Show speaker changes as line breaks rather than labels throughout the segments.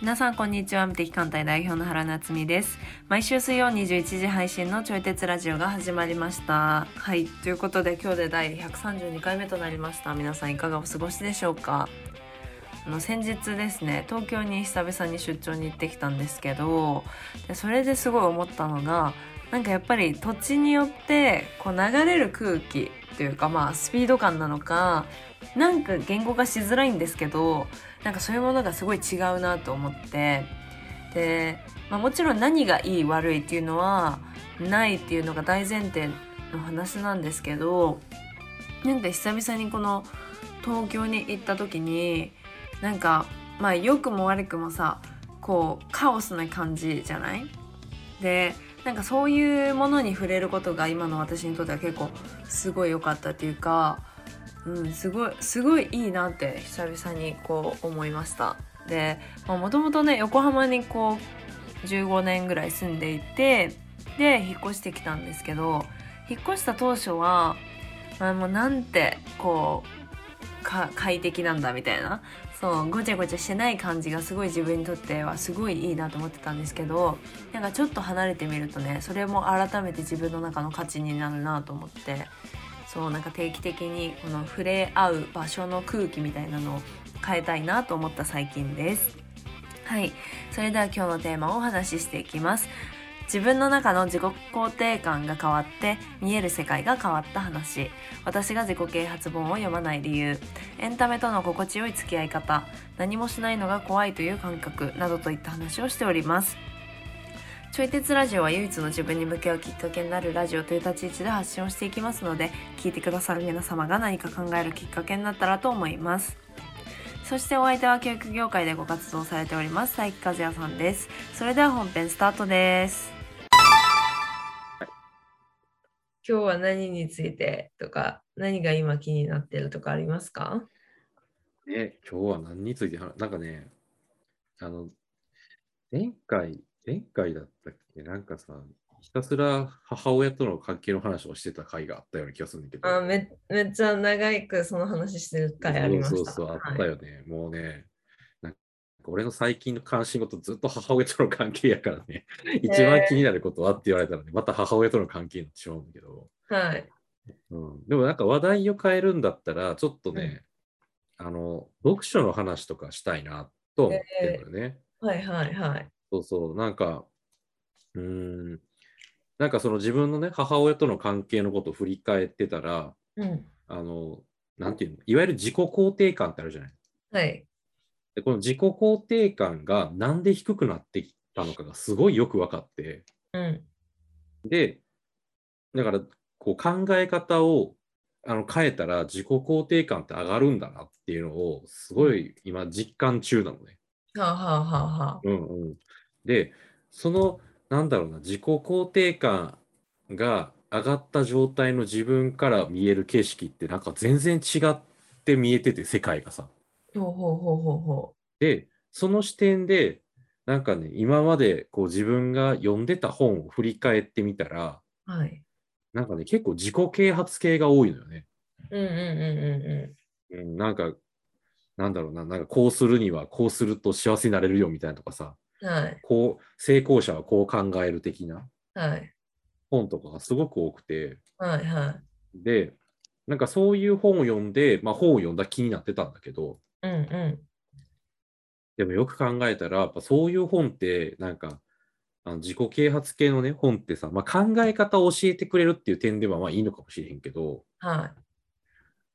皆さんこんにちは無敵艦隊代表の原夏実です毎週水曜21時配信のちょい鉄ラジオが始まりましたはいということで今日で第132回目となりました皆さんいかがお過ごしでしょうかあの先日ですね東京に久々に出張に行ってきたんですけどでそれですごい思ったのがなんかやっぱり土地によってこう流れる空気というかまあスピード感なのかなんか言語化しづらいんですけどなんかそういうものがすごい違うなと思ってで、まあ、もちろん何がいい悪いっていうのはないっていうのが大前提の話なんですけどなんか久々にこの東京に行った時になんかまあ良くも悪くもさこうカオスな感じじゃないでなんかそういうものに触れることが今の私にとっては結構すごい良かったっていうか、うん、すごいすごいいいなって久々にこう思いました。でもともとね横浜にこう15年ぐらい住んでいてで引っ越してきたんですけど引っ越した当初は、まあ、もうなんてこうか快適なんだみたいなそうごちゃごちゃしてない感じがすごい自分にとってはすごいいいなと思ってたんですけどなんかちょっと離れてみるとねそれも改めて自分の中の価値になるなと思ってそうなんか定期的にこの触れ合う場所の空気みたいなのを変えたいなと思った最近ですはいそれでは今日のテーマをお話ししていきます自分の中の自己肯定感が変わって見える世界が変わった話私が自己啓発本を読まない理由エンタメとの心地よい付き合い方何もしないのが怖いという感覚などといった話をしておりますちょい鉄ラジオは唯一の自分に向き合うきっかけになるラジオという立ち位置で発信をしていきますので聞いてくださる皆様が何か考えるきっかけになったらと思いますそしてお相手は教育業界でご活動されております佐伯和也さんですそれでは本編スタートです今日は何についてとか何が今気になってるとかありますか
え、今日は何について話、なんかね、あの、前回、前回だったっけ、なんかさ、ひたすら母親との関係の話をしてた回があったような気がするんだけど。
あめめっちゃ長いくその話してる回ありました。
そうそうそう、あった
はい
よね。もうね、なんか俺の最近の関心事ずっと母親との関係やからね、一番気になることはって言われたらね、また母親との関係になってしまうんだけど。
はい。
うん、でもなんか話題を変えるんだったら、ちょっとね、あの、読書の話とかしたいなと思ってるのよね。
はいはいはい。
そうそう、なんか、うーん、なんかその自分のね、母親との関係のことを振り返ってたら、
うん。
あの、なんていうの、いわゆる自己肯定感ってあるじゃない。
はい。
で、この自己肯定感がなんで低くなってきたのかがすごいよく分かって、
うん。
で、だから、こう考え方をあの変えたら自己肯定感って上がるんだなっていうのをすごい今実感中なのね。
はあはあはあはあ。
うんうん、でそのなんだろうな自己肯定感が上がった状態の自分から見える景色ってなんか全然違って見えてて世界がさ。
ほうほうほうほうほ
でその視点でなんかね今までこう自分が読んでた本を振り返ってみたら
う。はい。
なんかね結構自己啓発系が多いのよね。
うんうんうんうんう
うん、なんかなんだろうななんかこうするにはこうすると幸せになれるよみたいなとかさ
ん。はい。
こう成功者はこう考える的な
はい。
本とかがすごく多くて。
はいは
で、なんかそういう本を読んで、まあ、本を読んだ気になってたんだけど、
い。うんう
でもよく考えたら、やっぱそういう本って、なんか、あの自己啓発系のね、本ってさ、まあ、考え方を教えてくれるっていう点ではまあいいのかもしれへんけど、
ん。は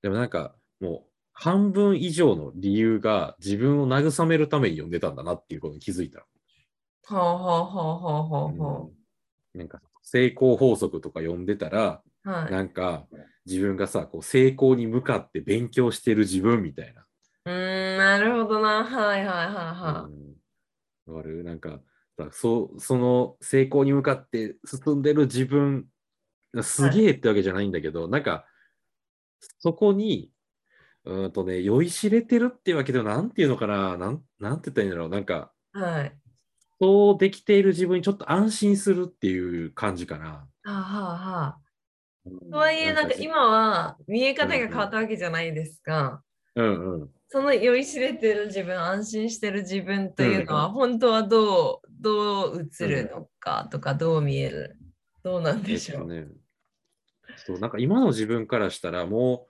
でもなんか、もう半分以上の理由が自分を慰めるために読んでたんだなっていうことに気づいた。
い。ほうほうほうほうほうほ
うんなんか、成功法則とか読んでたら、
う。はい。
なんか、自分がさ、こう成功に向かって勉強してる自分みたいな。
うーん、なるほどな。はいはいはいは
うん、わかるなんかだそうその成功に向かって進んでる自分すげえってわけじゃないんだけど、なんかそこにうーんとね酔いしれてるってわけではなんていうのかななんなんて言ったらいいんだろうなんか
い。はい。
そうできている自分にちょっと安心するっていう感じかな。
はあはあはあ。とはいえ、なんか今は見え方が変わったわけじゃないですか。
うんうん
その酔いしれてる自分安心してる自分というのは、本当はどうどう映るのかとかどう見えるどうなんでしょう、
ね。そう、なんか今の自分からしたら、も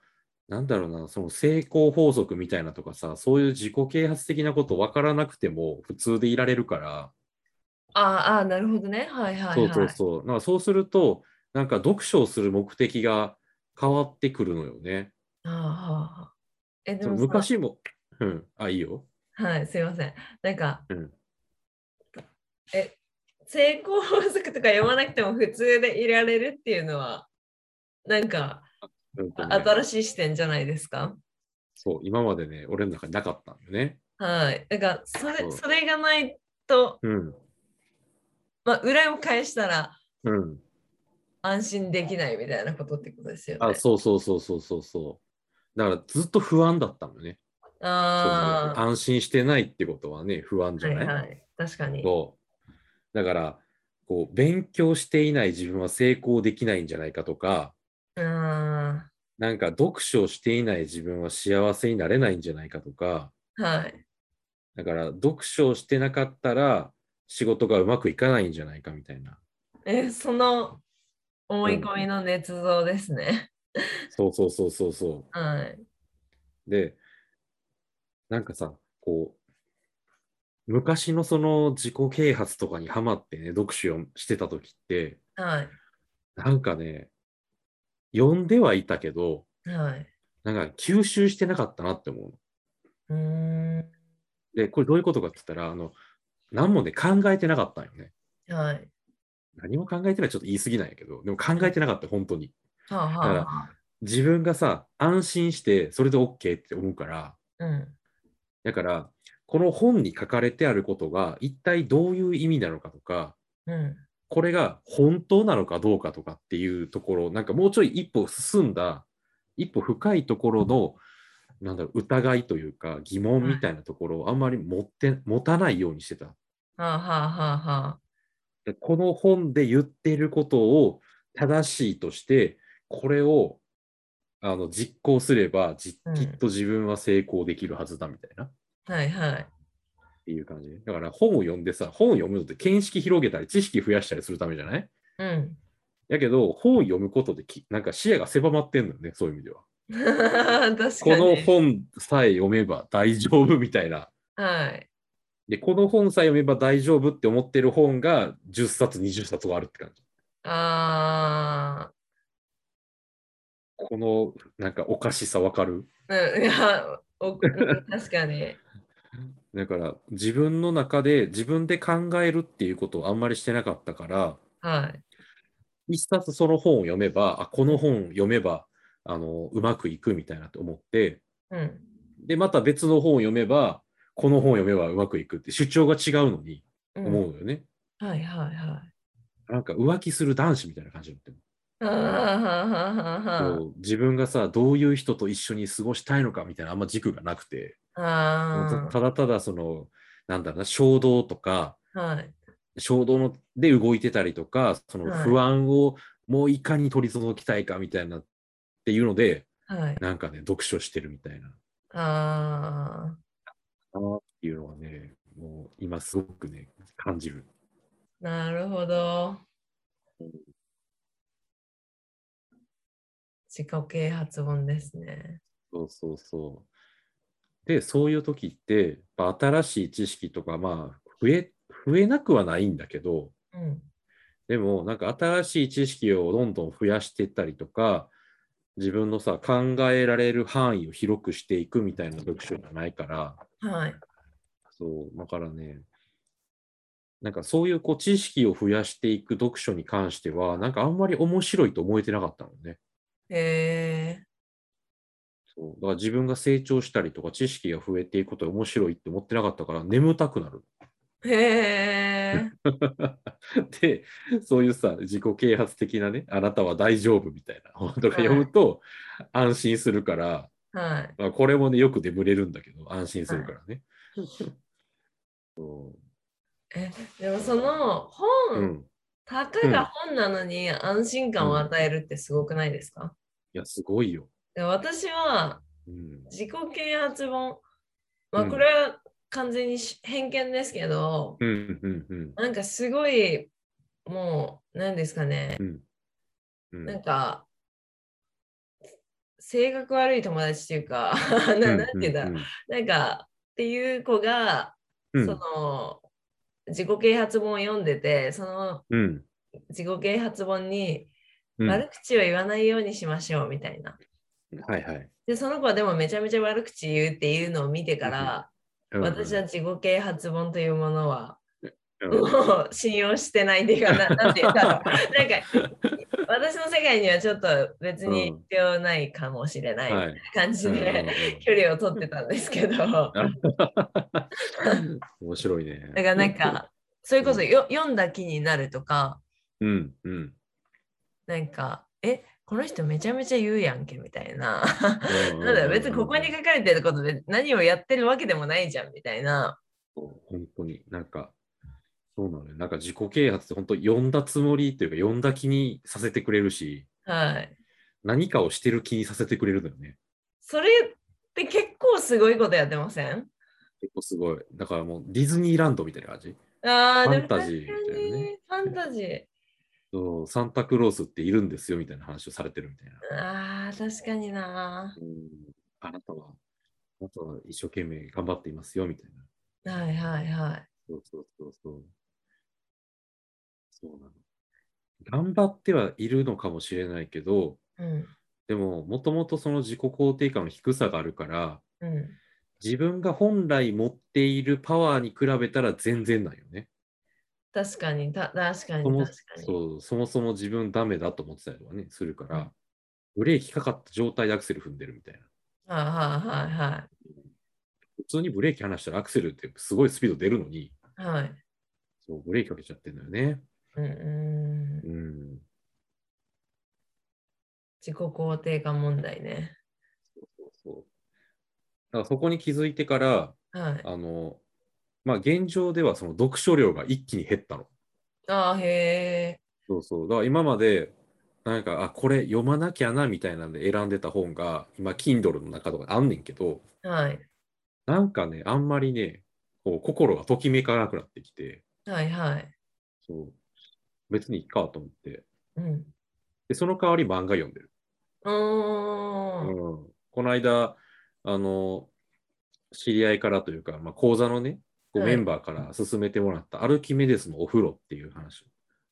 う、なんだろうな、その成功法則みたいなとかさ、そういう自己啓発的なこと分からなくても普通でいられるから、
ああああなるほどねはいはいはい
そうそうそう。なんかそうすると、なんか読書をする目的が変わってくるのよね。
ああああえで
そ
も
の
さ
昔も、うん、あ、いいよ。
はいすいませんなんか、
うん
え成功法則とか読まなくても普通でいられるっていうのはなんか
うんとね
新しい視点じゃないですか
そう、今までね、俺の中になかったんだよね。
はいなんかそ
そ
れ
う
それがないと
うん、
まあ、裏を返したら
うん。
安心できないみたいなことってことですよ
あ、
ね。
そうそうそうそうそうそう。だからずっと不安だったのね。
あ
そう安心してないってことはね、不安
ー
じゃない、
はいはい、確かに。
そう。だから、こう、勉強していない自分は成功できないんじゃないかとか、
うーん
なんか読書をしていない自分は幸せになれないんじゃないかとか、
はい。
だから読書をしてなかったら仕事がうまくいかないんじゃないかみたいな。
え、その思い込みの捏造ですね。
そうそうそうそうそ
はい。
う。で、なんかさ、こう、昔のその自己啓発とかにハマってね、読書をしてた時って、
はい。
なんかね、読んではいたけど、
はい。
なんか吸収してなかったなって思う
う
の。
ーん。
で、これどういうことかって言ったら、あの、何もね、考えてなかったんよね。
はい。
何も考えてないちょっと言い過ぎなんやけど、でも考えてなかった、本当に。
はあ、
だ
は
自分がさ、安心して、それで OK って思うから、
あ、うん。
だから、この本に書かれてあることが、一体どういう意味なのかとか、
うん。
これが本当なのかどうかとかっていうところ、なんかもうちょい一歩進んだ、一歩深いところの、なんだろう、疑いというか、疑問みたいなところをあんまり持って、持たないようにしてた。
はあ、はあ、はあ、は
でこの本で言ってることを正しいとして、これをあの実行すればじ、
うん
きっと自分は成功できるはずだみたいな、っ
あ。はい、はい。
ていう感じね。だから本を読んでさ、本を読むのって見識広げたり知識増やしたりするためじゃない
うん。
やけど、本を読むことでき、なんか視野が狭まってんのよね、そういう意味では。
確かに。
この本さえ読めば大丈夫みたいな。
はい。
で、この本さえ読めば大丈夫って思ってる本が10冊、20冊はあるって感じ。
あ
この、なんかおかしさわかる
ー。うんいや、お確かに。
だから自分の中で自分で考えるっていうことをあんまりしてなかったから
はい。
一冊その本を読めばあこの本読めばあのうまくいくみたいなと思って
うん。
でまた別の本を読めばこの本を読めばうまくいくって主張が違うのに
うん
思うのよね、
はいはいはい。
なんか浮気する男子みたいな感じになってる
あーは
こう自分がさどういう人と一緒に過ごしたいのかみたいなあんま軸がなくて、
あはあ
たただただそのなんだろうな衝動とか
あー。はい。
衝動ので動いてたりとか、その
はい
不安をもういかに取り除きたいかみたいなっていうので、
はい。
なんかね、読書してるみたいな。
ああ。
っていうのはね、もう今すごくね、感じる。
なるほど。自己啓発本ですね。
そうそうそう。で、そういう時って、やっぱ新しい知識とか、まあ、増え、増えなくはないんだけど、
うん。
でも、なんか新しい知識をどんどん増やしていったりとか、自分のさ、考えられる範囲を広くしていくみたいな読書じゃないから、
はい。
そう、だからね、なんかそういうこう知識を増やしていく読書に関しては、なんかあんまり面白いと思えてなかったのね。
え
そうだから自分が成長したりとか知識が増えていくことが面白いって思ってなかったから眠たくなる。
ー、え
で、そういうさ、自己啓発的なね、あなたは大丈夫みたいな 本とか読むと安心するから、
ー、はい。
まあ、これもね、よく眠れるんだけど、安心するからね。
でもその本、
うん。
たかが本なのに安心感を与えるってすごくないですか、
いや、すごいよ。
で私は
うん。
自己啓発本まあ
うん
これは完全にし偏見ですけど、
うんうんうん
なんかすごいもう何ですかね
うんうん
なんか性格悪い友達っていうか
う
ななんんていうんだろうなんかっていう子が、
うん
その自己啓発本を読んでてその
うん
自己啓発本に
うんは
悪口を言わないようにしましょうみたいな。
いはい
でその子はでもめちゃめちゃ悪口言うっていうのを見てから、
うん
私は自己啓発本というものは
うん
もう信用してないっていうか ななんて言うんだろうなんか私の世界にはちょっと別に必要ないかもしれない
はい
感じ
うんうん
で、距離を取ってたんですけどだか
うん面白いね
らなんかそれこそよ読んだ気になるとか
うんうん
なんかえこの人めちゃめちゃ言うやんけみたいな。
うん
なんだよ別にここに
うん
書かれてることで何をやってるわけでもないじゃんみたいな。
本当になんかそうなのよなんか自己啓発って本当読んだつもりというか読んだ気にさせてくれるし
はい。
何かをしてる気にさせてくれるのよね
それって結構すごいことやってません
結構すごいだからもうディズニーランドみたいな感じ
ああ、でも
ファンタジーみ
確か
たいな
に
ね
ファンタジー。
そうサンタクロースっているんですよみたいな話をされてるみたいな
ああ、確かにな。
うんあなたは、あなたは一生懸命頑張っていますよ、みたいな。
はいはいはい。
そうそうそうそう。そうなの。頑張ってはいるのかもしれないけど、
うん。
でも、もともとその自己肯定感の低さがあるから、
うん、
自分が本来持っているパワーに比べたら全然ないよね。
確かに、た確かに
そも
確かに。
そうそもそも自分ダメだと思ってたりとかね、するから、ブレーキかかった状態でアクセル踏んでるみたいな。
はいはいは
普通にブレーキ離したらアクセルってすごいスピード出るのに、
いはい。はい。
そうブレーキかけちゃってるんだよね。
うんうん、
うん。
自己肯定感問題ね。
そうそう。だからそこに気づいてから、
はい。
あの、まあ現状ではその読書量が一気に減ったの。
ああ、へえ。
そうそう。だから今まで、なんか、あ、これ読まなきゃなみたいなんで選んでた本が、今、Kindle の中とかにあんねんけど、
はい。
なんかね、あんまりね、こう心がときめかなくなってきて、
はいはい。
そう、別にいいかと思って。
うん。
で、その代わり漫画読んでる。
おー。
うん、この間、あの、知り合いからというか、まあ、講座のね、こう
はい
メンバーから勧めてもらった、アルキメデスのお風呂っていう話、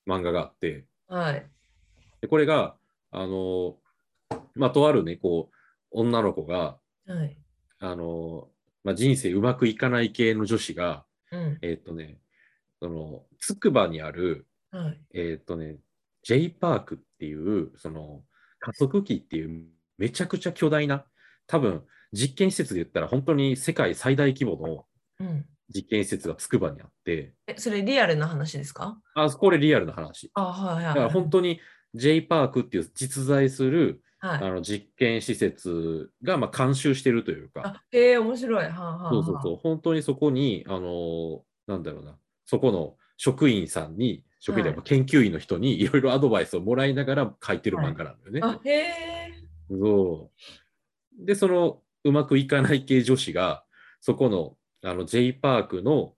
漫画があって、
はい。
でこれが、あの、まあ、とあるね、こう、女の子が、
はい。
あの、まあ、人生うまくいかない系の女子が、
うん。
えーっ、とね、その、つくばにある、
はい。
えーっ、とね、J パークっていう、その、加速器っていう、めちゃくちゃ巨大な、多分、実験施設で言ったら、本当に世界最大規模の
うん。
実験施設がつくばにあって、
え、それリアルな話ですか
あ、これリアルな話。
あ、はいは
だ
い。
から本当に J パークっていう実在する、
は
あ
い。
の実験施設が、まあ、監修してるというか、
あ、へえ、面白い。はあ、はあ、
そうそう
う。
そう、本当にそこに、あのーなんだろうな、そこの職員さんに、職員で
はい
研究員の人にいろいろアドバイスをもらいながら書いてる漫画なんだよね。
あ、へえ。
そうで、そのうまくいかない系女子が、そこのあの J パークの、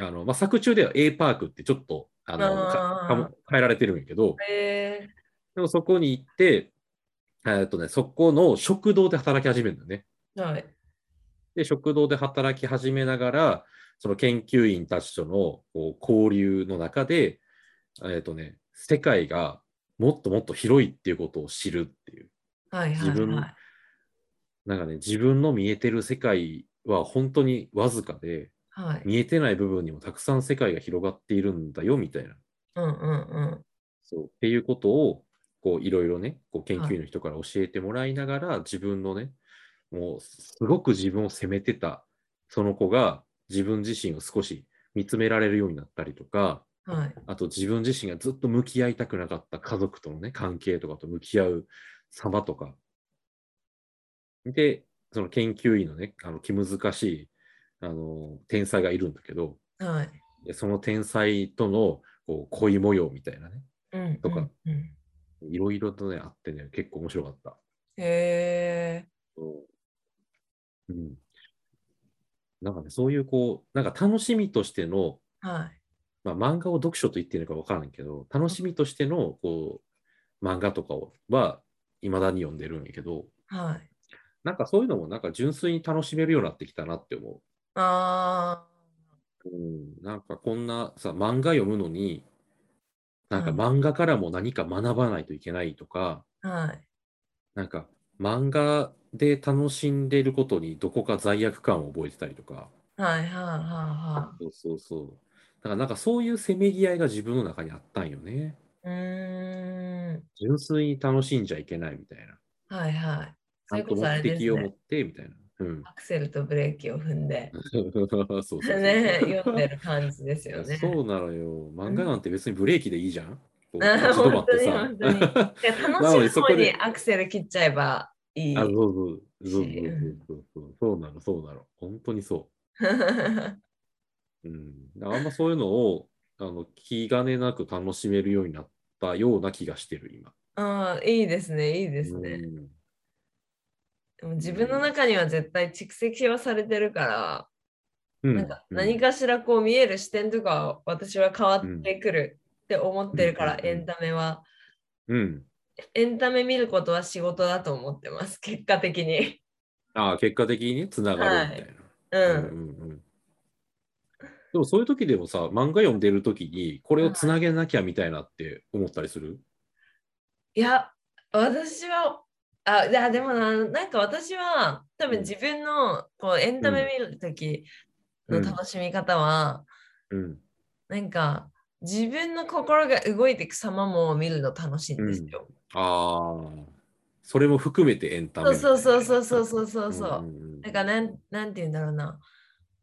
あのまあ、作中では A パークってちょっとあの
あ
か
ー
かも変えられてるんやけど、
へえ。
でもそこに行って、えーっとね、そこの食堂で働き始めるんだよね。
はい。
で、食堂で働き始めながら、その研究員たちとのこう交流の中で、えっ、とね、世界がもっともっと広いっていうことを知るっていう。
はいはい
自分
はい。
なんかね、自分の見えてる世界は本当にわずかで、
はい。
見えてない部分にもたくさん世界が広がっているんだよ、みたいな。
うんうんうん。
そう。っていうことを、こう、いろいろね、こう研究員の人から教えてもらいながら、自分のね、もう、すごく自分を責めてた、その子が、自分自身を少し見つめられるようになったりとか、
はい。
あと自分自身がずっと向き合いたくなかった家族とのね、関係とかと向き合う様とか。で、その研究員のね、あの気難しい、あの、天才がいるんだけど、
はい。
でその天才とのこう恋模様みたいなね、
うん。
とか
うん。うん
いろいろとね、あってね、結構面白かった。
へえ。
うん。なんかね、そういうこう、なんか楽しみとしての、
はい。
まあ、漫画を読書と言っていいのか分からんけど、楽しみとしてのこう漫画とかをはいまだに読んでるんやけど、
はい。
なんかそういうのもなんか純粋に楽しめるようになってきたなって思
あ
う。うん、なんかこんなさ、漫画読むのに、なんか
うん
漫画からも何か学ばないといけないとか、
あ。はい。
なんか漫画で楽しんでいることにどこか罪悪感を覚えてたりとか、
はい。はい。は
そうそうそう。だからなんかそういうせめぎ合いが自分の中にあったんよね。
い。はい。うーん。
純粋に楽しんじゃいけないみたいな。
はい。はい。そ
ち
れ
ゃんと
こそあれ
目
です
的を持っ
ね。
てみたいな。うん。
アクセルとブレーキを踏んで、
そうそうそう。
ね、読んでる感じですよ
いや
ね。
そうなのよ。漫画なんて別にブレーキでいいじゃん。こう
あ
立ち止まってさ。
本当に本いや
なの
楽
に
しい
そ
方
こ
に
で
アクセル切っちゃえばいい
あ、。 そうそう。そう
し
そうそうそう。そうなの、そうなの。本当にそう。うん。あんまそういうのをあの気兼ねなく楽しめるようになったような気がしてる、今。
あーいいですね、いいですね。
うん
でも自分の中には絶対蓄積はされてるから、
うん
なんか
うん
何かしらこう見える視点とかは私は変わってくるって思ってるから、
うん
エンタメは。
うん。
エンタメ見ることは仕事だと思ってます、結果的に。
あ結果的につながるみたいな。
う
うん
ん。
うんうんでもそういう時でもさ、漫画読んでる時に、これをつなげなきゃみたいなって思ったりする、
いや、私は、あいやでもな、なんか私は多分自分のこうエンタメ見るときの楽しみ方は、
うん。
なんか自分の心が動いていく様も見るの楽しいんですよ。
ああ。それも含めてエンタメみたい
そ
な。
うそうそうそうそうそうそう。
んんん
なんかなんなんて言うんだろうな。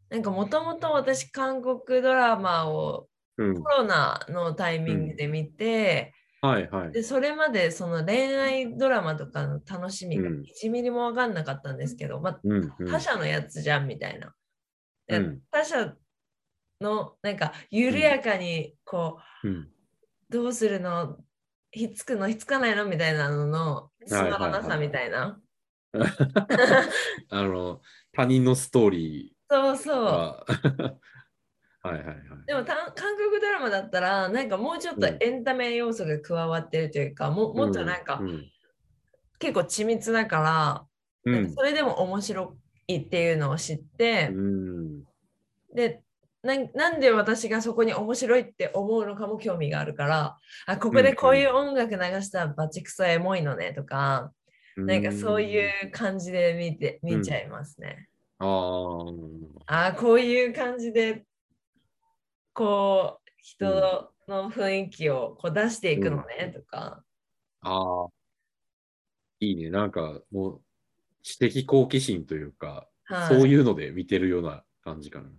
なんかもともと私韓国ドラマを
うん
コロナのタイミングで見て、
はいはい。
でそれまでその恋愛ドラマとかの楽しみが
うん
1ミリも分かんなかったんですけど、まあ、
うんうん
他者のやつじゃんみたいな。で
うん
他者のなんか緩やかにこ
うん
うどうするのひっつくのひっつかないのみたいなののつまらなさみたいな。
あの、他人のストーリ
そう
ー
そう。
は。 はいはいはい。
でもた韓国ドラマだったらなんかもうちょっと
うん
エンタメ要素が加わってるというか、ももっとなんか、
うん
結構緻密だから、
う
なん
ん
かそれでも面白いっていうのを知って、
うん
でなんなんで私がそこに面白いって思うのかも興味があるからあここでこういう音楽流したらバチクソエモいのねとか、
うん
なんかそういう感じで見て見ちゃいますね。
ああ、
あこういう感じでこう人の雰囲気をこう出していくのねとか、
ああ、いいね。なんかもう知的好奇心というか、
はい
そういうので見てるような感じかな。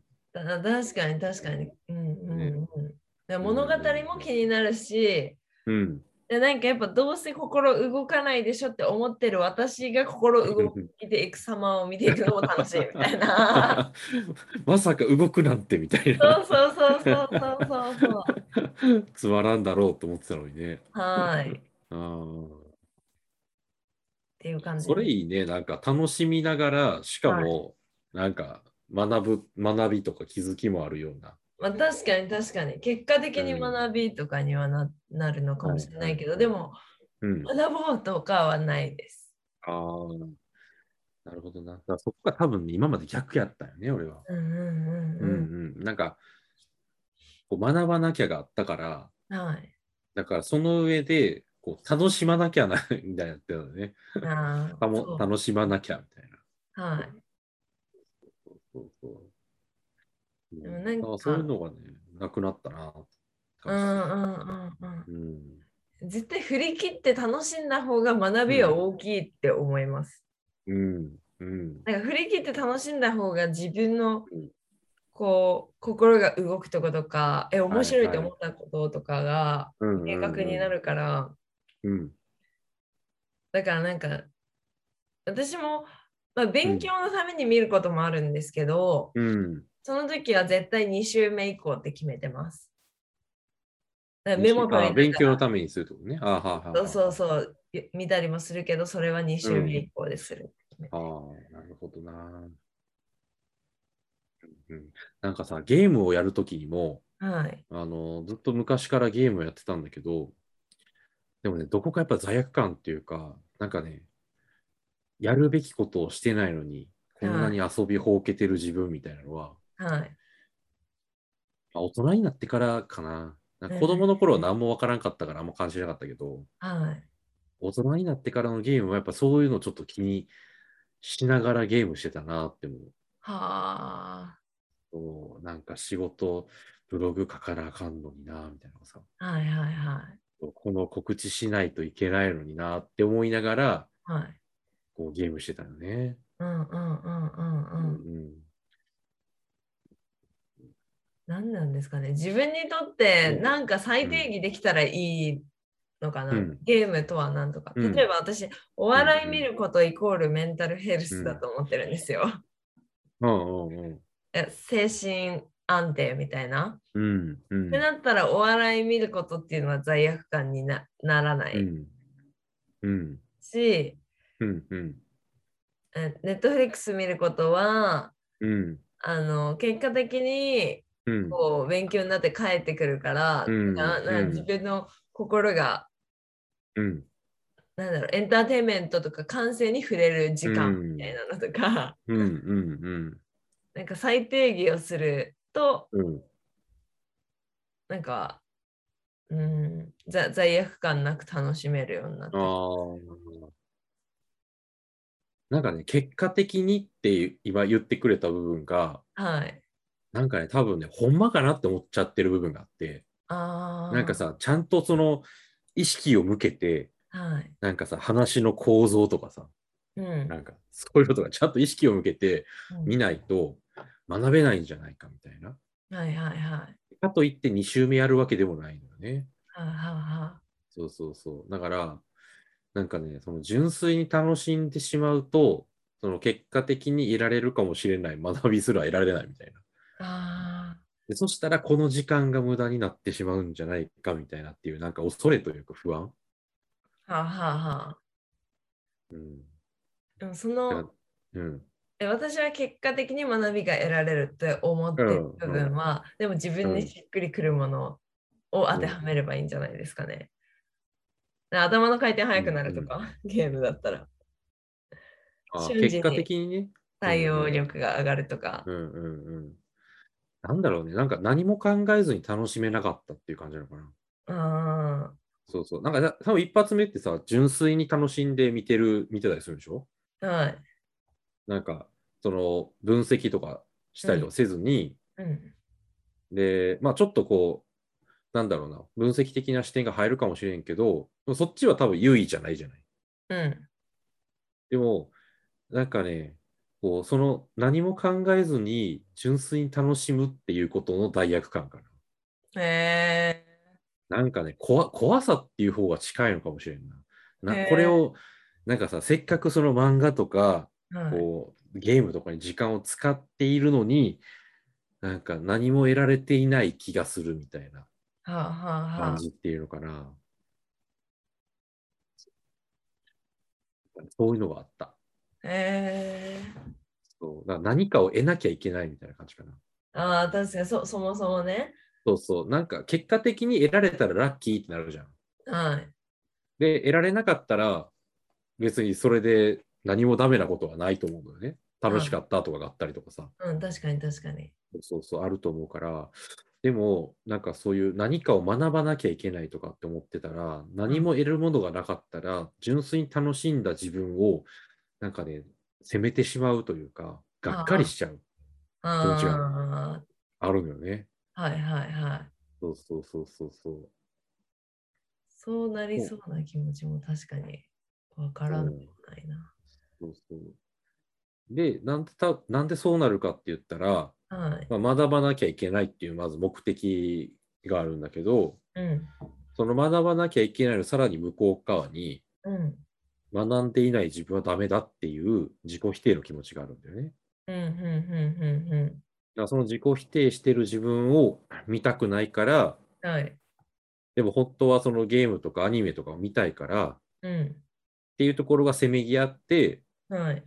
だ確かに確かに、うんうん
ね
うんで物語も気になるし、
うん。
でなんかやっぱどうせ心動かないでしょって思ってる私が心動いていく様を見ていくのも楽しいみたいな。
まさか動くなんてみたい
そ
な
うそうそうそうそうそうそう。
つまらんだろうと思ってたのにね。
はい。っ
あ
ていう感
あ、
じ。
それいいね。なんか楽しみながら、しかもなんか学ぶ学びとか気づきもあるような。
まあ、確かに確かに。結果的に学びとかにはななるのかもしれないけど、
はいは
で
い
も
うん。
学ぼうとかはないです。
ああ、なるほどな。だからそこが多分ね今まで逆やったよね、俺は。
うんうん
うん
うん
うん、なんかこう学ばなきゃがあったから
うん。はい。
だからその上でこう楽しまなきゃなみたいなってたのね
あー
たも
そう
楽しまなきゃみたいな
はい。
そうそう
でもなんか
あそういうのがねなくなったなって
うん
感
うんうんうん。
じ、うん
絶対振り切って楽しんだ方が学びは大きいって思います。
うんうん
なんか振り切って楽しんだ方が自分の
うん
こう心が動くとことか、え、面白い
は
と
いはい
思ったこととかが
うん
明確になるから、
うん
だからなんか私も、まあ、勉強のために見ることもあるんですけど、
うん
その時は絶対2週目以降って決めてます。だからメ
メ
モ
モ
取りなが
あ
ら
勉強のためにするってことねあはあはあ
そうそうそう見たりもするけど、それは2週目以降でする。
ああなるほどななんかさ、ゲームをやるときにも、
はい。
あの、ずっと昔からゲームをやってたんだけど、でもね、どこかやっぱ罪悪感っていうか、なんかね、やるべきことをしてないのに、こんなに遊びほうけてる自分みたいなのは、
はい。
まあ大人になってからかな。なんか
うん
子供の頃は何もわからんかったからあんま感じなかったけど、
はい。
大人になってからのゲームはやっぱそういうのちょっと気にしながらゲームしてたなって思う。
はあ。
そうなんか仕事、ブログ書かなあかんのにな、みたいなさ。
はいはいはい。
この告知しないといけないのになって思いながら、
はい。
こうゲームしてたよね。
うんうんうんう
うん
うん。何なんですかね自分にとって
うん
なんか再定義できたらいいのかな、
うん
ゲームとは何とか、
うん
例えば私お笑い見ることイコールメンタルヘルスだと思ってるんですよ、
うんうんうん。
え精神安定みたいな、
うんうん
ってなったらお笑い見ることっていうのは罪悪感になならない、
うんうん
し
うんうん
ネットフリックス見ることは
うん
あの結果的に
うん
こう勉強になって帰ってくるから、
うん
なな
うん
自分の心が
うん
なんだろうエンターテインメントとか感性に触れる時間
うん
みたいなのとか、
うんうん
なんか再定義をすると
うん
なんかうんざ罪悪感なく楽しめるようになった
あーなんかね、結果的にって今言ってくれた部分が、
はい
なんかね、多分ね、ほんまかなって思っちゃってる部分があって、
あー
なんかさ、ちゃんとその意識を向けて、
はい
なんかさ、話の構造とかさ、
うん
なんかそういうことがちゃんと意識を向けて見ないと学べないんじゃないかみたいな。
うんはいはいはいはい
かといって2週目やるわけでもないのよね。
はいは
そうそうそう。だから、なんかね、その純粋に楽しんでしまうと、その結果的に得られるかもしれない学びすら得られないみたい
い
な。
あ
でそしたら、この時間が無駄になってしまうんじゃないかみたいなっていう、なんか恐れというか不安。
ーはあはあはあ
うん。
でもそ
だから
の
うん。
え私は結果的に学びが得られるって思ってる部分は、でも自分にしっくりくるものを当てはめればいいんじゃないですかね。頭の回転速くなるとか、
うん
ゲームだったら
あ
瞬時に
結果的にね。
対応力が上がるとか、
うんうんうん。なんだろうね。なんか何も考えずに楽しめなかったっていう感じなのか
あ
な。そうそう。なんかだ多分一発目ってさ、純粋に楽しんで見てる、見てたりするでしょ
ーはい、
なんか、その分析とかしたりとかせずに、
うん、
で、まあちょっとこう、なんだろうな、分析的な視点が入るかもしれんけど、でもそっちは多分優位じゃないじゃない。
うん、
でも、なんかね、こう、その何も考えずに純粋に楽しむっていうことの代役感か
へ
な。なんかね、こわ怖さっていう方が近いのかもしれんな。
へ
な
ー
これを、なんかさ、せっかくその漫画とか、
ーはい、
こうゲームとかに時間を使っているのになんか何も得られていない気がするみたいな
はあ、はあは
感
あ、
じっていうのかな、そういうのがあった
えー、
そうだから何かを得なきゃいけないみたいな感じかな
ああ確かにそそもそもね、
そうそうなんか結果的に得られたらラッキーってなるじゃん
はい、
で得られなかったら別にそれで何もダメなことはないと思うのよね楽しかったとかがあったりとかさ、
うん、確かに確かに、
そうそうそう、あると思うから、でも、なんかそういう何かを学ばなきゃいけないとかって思ってたら、何も得るものがなかったら、純粋に楽しんだ自分を、なんかね、責めてしまうというか、がっかりしちゃう、
あ
気持ち
あ
あるのよね。
はいはいはい。
そうそうそうそうそう。
そうなりそうな気持ちも確かにわからんでもないな。
そうそうでなんでた、なんでそうなるかって言ったら、
はい。
まあ、学ばなきゃいけないっていう、まず目的があるんだけど、
うん。
その学ばなきゃいけないのさらに向こう側に、
うん。
学んでいない自分はダメだっていう自己否定の気持ちがあるんだよね。だ
う
か
ん。うん。うん。う
らその自己否定してる自分を見たくないから、
ん。はい。
でも本当はそのゲームとかアニメとかを見たいからっ
うん。
ていうところがせめぎ合って、
はい。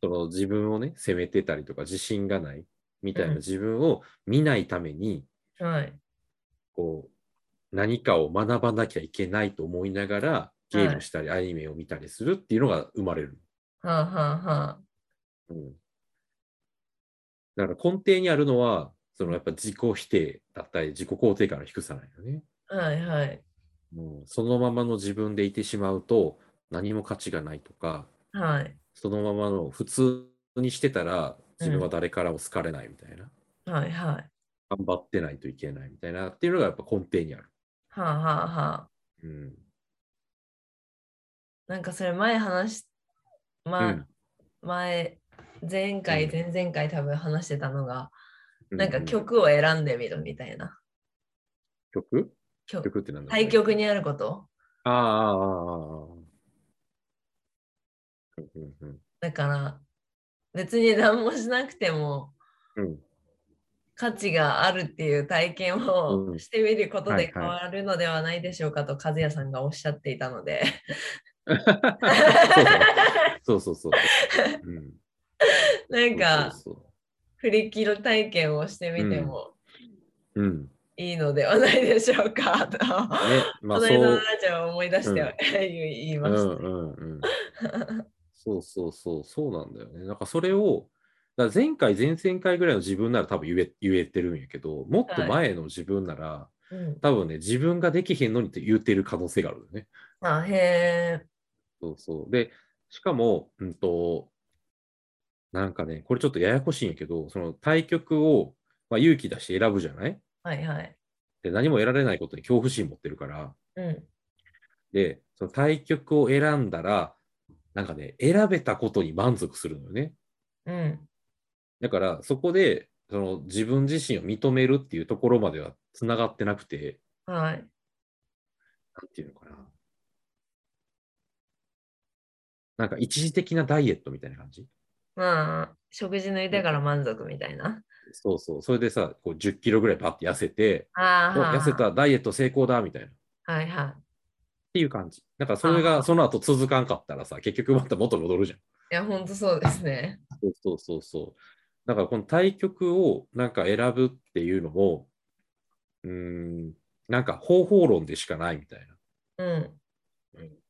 その自分をね、責めてたりとか自信がない、みたい
うん
な自分を見ないために、
はい。
こう、何かを学ばなきゃいけないと思いながら、ゲームしたり、アニメを見たりするっていうのが生まれる。
はあはあはあ。
うん。だから根底にあるのは、そのやっぱ自己否定だったり、自己肯定感の低さなんよね。
はいはい。
うん、そのままの自分でいてしまうと、何も価値がないとか、
はい。
そのままの普通にしてたら自分は誰からも好かれないみたいな、
はいはい。は
頑張ってないといけないみたいなっていうのがやっぱ根底にある。
あはあはあ。
うん。
なんかそれ前話し、まあ、
うん
前、前回、
うん
前々回多分話してたのが、
う
なんか曲を選んでみるみたいな。
曲
曲
曲ってなんだろうね
対局にあること。
ああああああああ。うんうん
だから、別に何もしなくても
うん
価値があるっていう体験
う
を
ん
してみること
はい
で
はい
変わるのではないでしょうかと和也さんがおっしゃっていたので。
そうそうそう。うん、
なんか
そうそう
振り切る体験をしてみても
そううん。ね、
いいのではないでしょうかと、
まあ
この
そ
間の
う
ラ。ジオを思い出して、
うん
言いま
う
し
んうんうん。そうそうそう、そうなんだよね。なんかそれを、だから前回、前々回ぐらいの自分なら多分言え言えてるんやけど、もっと前の自分なら、
た。うん
多分ね、自分ができへんのにって言ってる可能性があるよね。
あへえ。
そうそう。で、しかも、うんと、なんかね、これちょっとややこしいんやけど、その対局を、まあ、勇気出して選ぶじゃない
はいはい。
で、何も得られないことに恐怖心持ってるから、
うん。
で、その対局を選んだら、なんかね、選べたことに満足するのよね。
うん。
だから、そこで、その自分自身を認めるっていうところまではつながってなくて、
はい。
なんていうのかな。なんか一時的なダイエットみたいな感じ
まあ、食事抜いてから満足みたいな。
そうそう。それでさ、こう10キロぐらいパッて痩せて、
ああ。
お
はあ
痩せ。た、ダイエット成功だみたいな。っ
はいはい。
ていう感じ。だからそれ
あー
がその後続かんかったらさ、結局また元に戻るじゃん。
いや、ほんとそうですね。
そうそうそうそう。だからこの対局をなんか選ぶっていうのも、うーん、なんか方法論でしかないみたいな。
うん。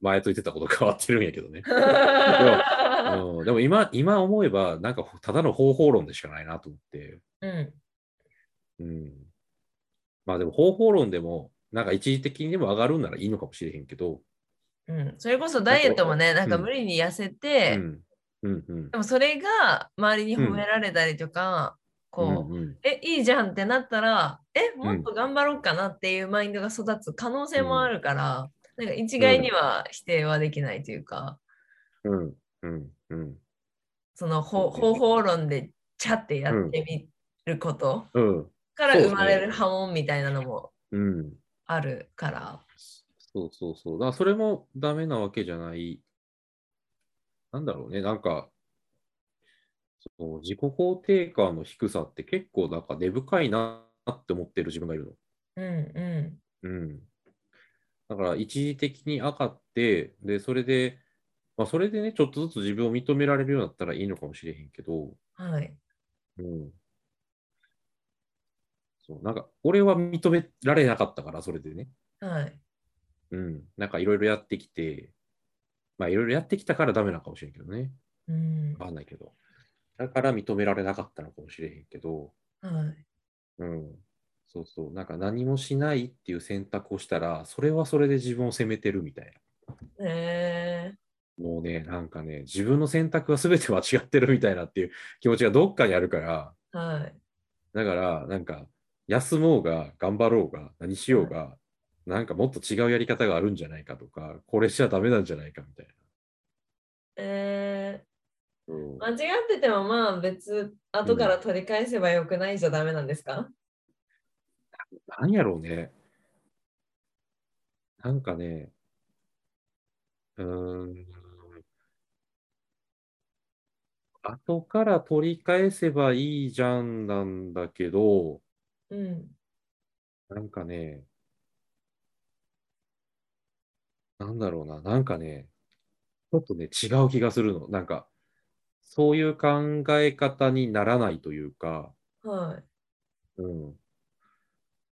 前と言ってたこと変わってるんや けどね。
う
うん、でも今今思えば、なんかただの方法論でしかないなと思って。
ん。
うん、まあでも方法論でも、なんか一時的にでも上がるんならいいのかもしれへんけど。
うん。それこそダイエットもね、なんか無理に痩せて、
うんうんうん
でもそれが周りに褒められたりとか、こう、
うんうん
え、いいじゃんってなったら、え、もっと頑張ろうかなっていうマインドが育つ可能性もあるから、なんか一概には否定はできないというか、
うんうんうん
その方
そうね
方法論でちゃってやってみること
うん
から
そうね
生まれる波紋みたいなのも
うん
あるから。
そうそうそう。だからそれもダメなわけじゃない。なんだろうね、なんか、そう自己肯定感の低さって結構なんか根深いなって思ってる自分がいるの。
うんうん。
うん。だから一時的に上がって、で、それで、まあ、それでね、ちょっとずつ自分を認められるようになったらいいのかもしれへんけど、
はい。
うん。そう、なんか、俺は認められなかったから、それでね。
はい。
うん。なんかいろいろやってきて、まあいろいろやってきたからダメなのかもしれんけどね。
うん。
わかんないけど。だから認められなかったのかもしれへんけど、
はい。
うん。そうそう。なんか何もしないっていう選択をしたら、それはそれで自分を責めてるみたい
え
な。もうね、なんかね、自分の選択は全て間違ってるみたいなっていう気持ちがどっかにあるから、
ー、はい。
だから、なんか、休もうが、頑張ろうが、何しようが、なんかもっと違うやり方があるんじゃないかとか、これしちゃダメなんじゃないかみたいな。
え
う
ー、
ん
間違っててもまあ別、後から取り返せばよくないじゃダメなんですか、
なんやろうね。なんかね、うーん。後から取り返せばいいじゃんなんだけど、
うん、
なんかね、なんだろうな、なんかね、ちょっとね、違う気がするの。なんか、そういう考え方にならないというか、
は
うん。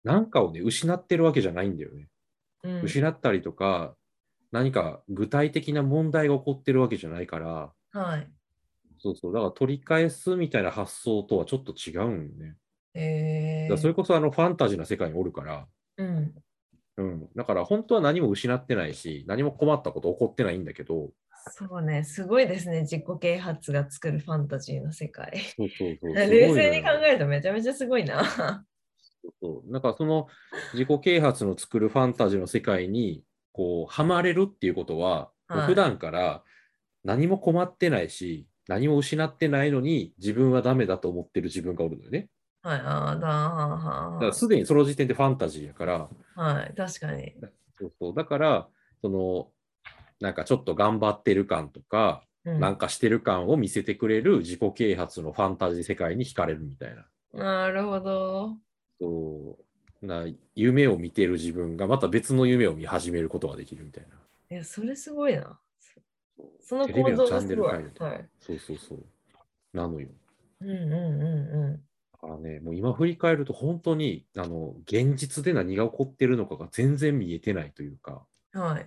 なんかをね、失ってるわけじゃないんだよね。
い。うん、
失ったりとか、何か具体的な問題が起こってるわけじゃないから、
はい。
そうそう、だから取り返すみたいな発想とはちょっと違うんよね。
え
だか
え
らそれこそあのファンタジーな世界におるから、
うん。
うん、だから本当は何も失ってないし、何も困ったこと起こってないんだけど、
そうね、すごいですね、自己啓発が作るファンタジーの世界。
そうそうそう。
冷静に考
え
えるとめちゃめちゃすごいな。
そうなんかその自己啓発の作るファンタジーの世界に、こう、はまれるっていうことは、
はい
普段から何も困ってないし、何も失ってないのに自分はダメだと思ってる自分がおるのよね。
はい、ああ、だ
だ
は
からすでにその時点でファンタジーやから、
あはあはい、確かに。
そうそうだから、その、なんかちょっと頑張ってる感とか、
うん、
な
なん
かしてる感を見せてくれる自己啓発のファンタジー世界に惹かれるみたいな。
るほど。
そうな夢を見てる自分がまた別の夢を見始めることができるみたいな。
いや、それすごいな。そその
テレビ
構
の
造
チャ
が
ン
す
ネル
ごい。
変
は
え
い
ると。そうそうそう。なのよ。
うんうんうんう
だからね、もう今振り返ると本当にあの現実で何が起こってるのかが全然見えてないというか。
ん。はい。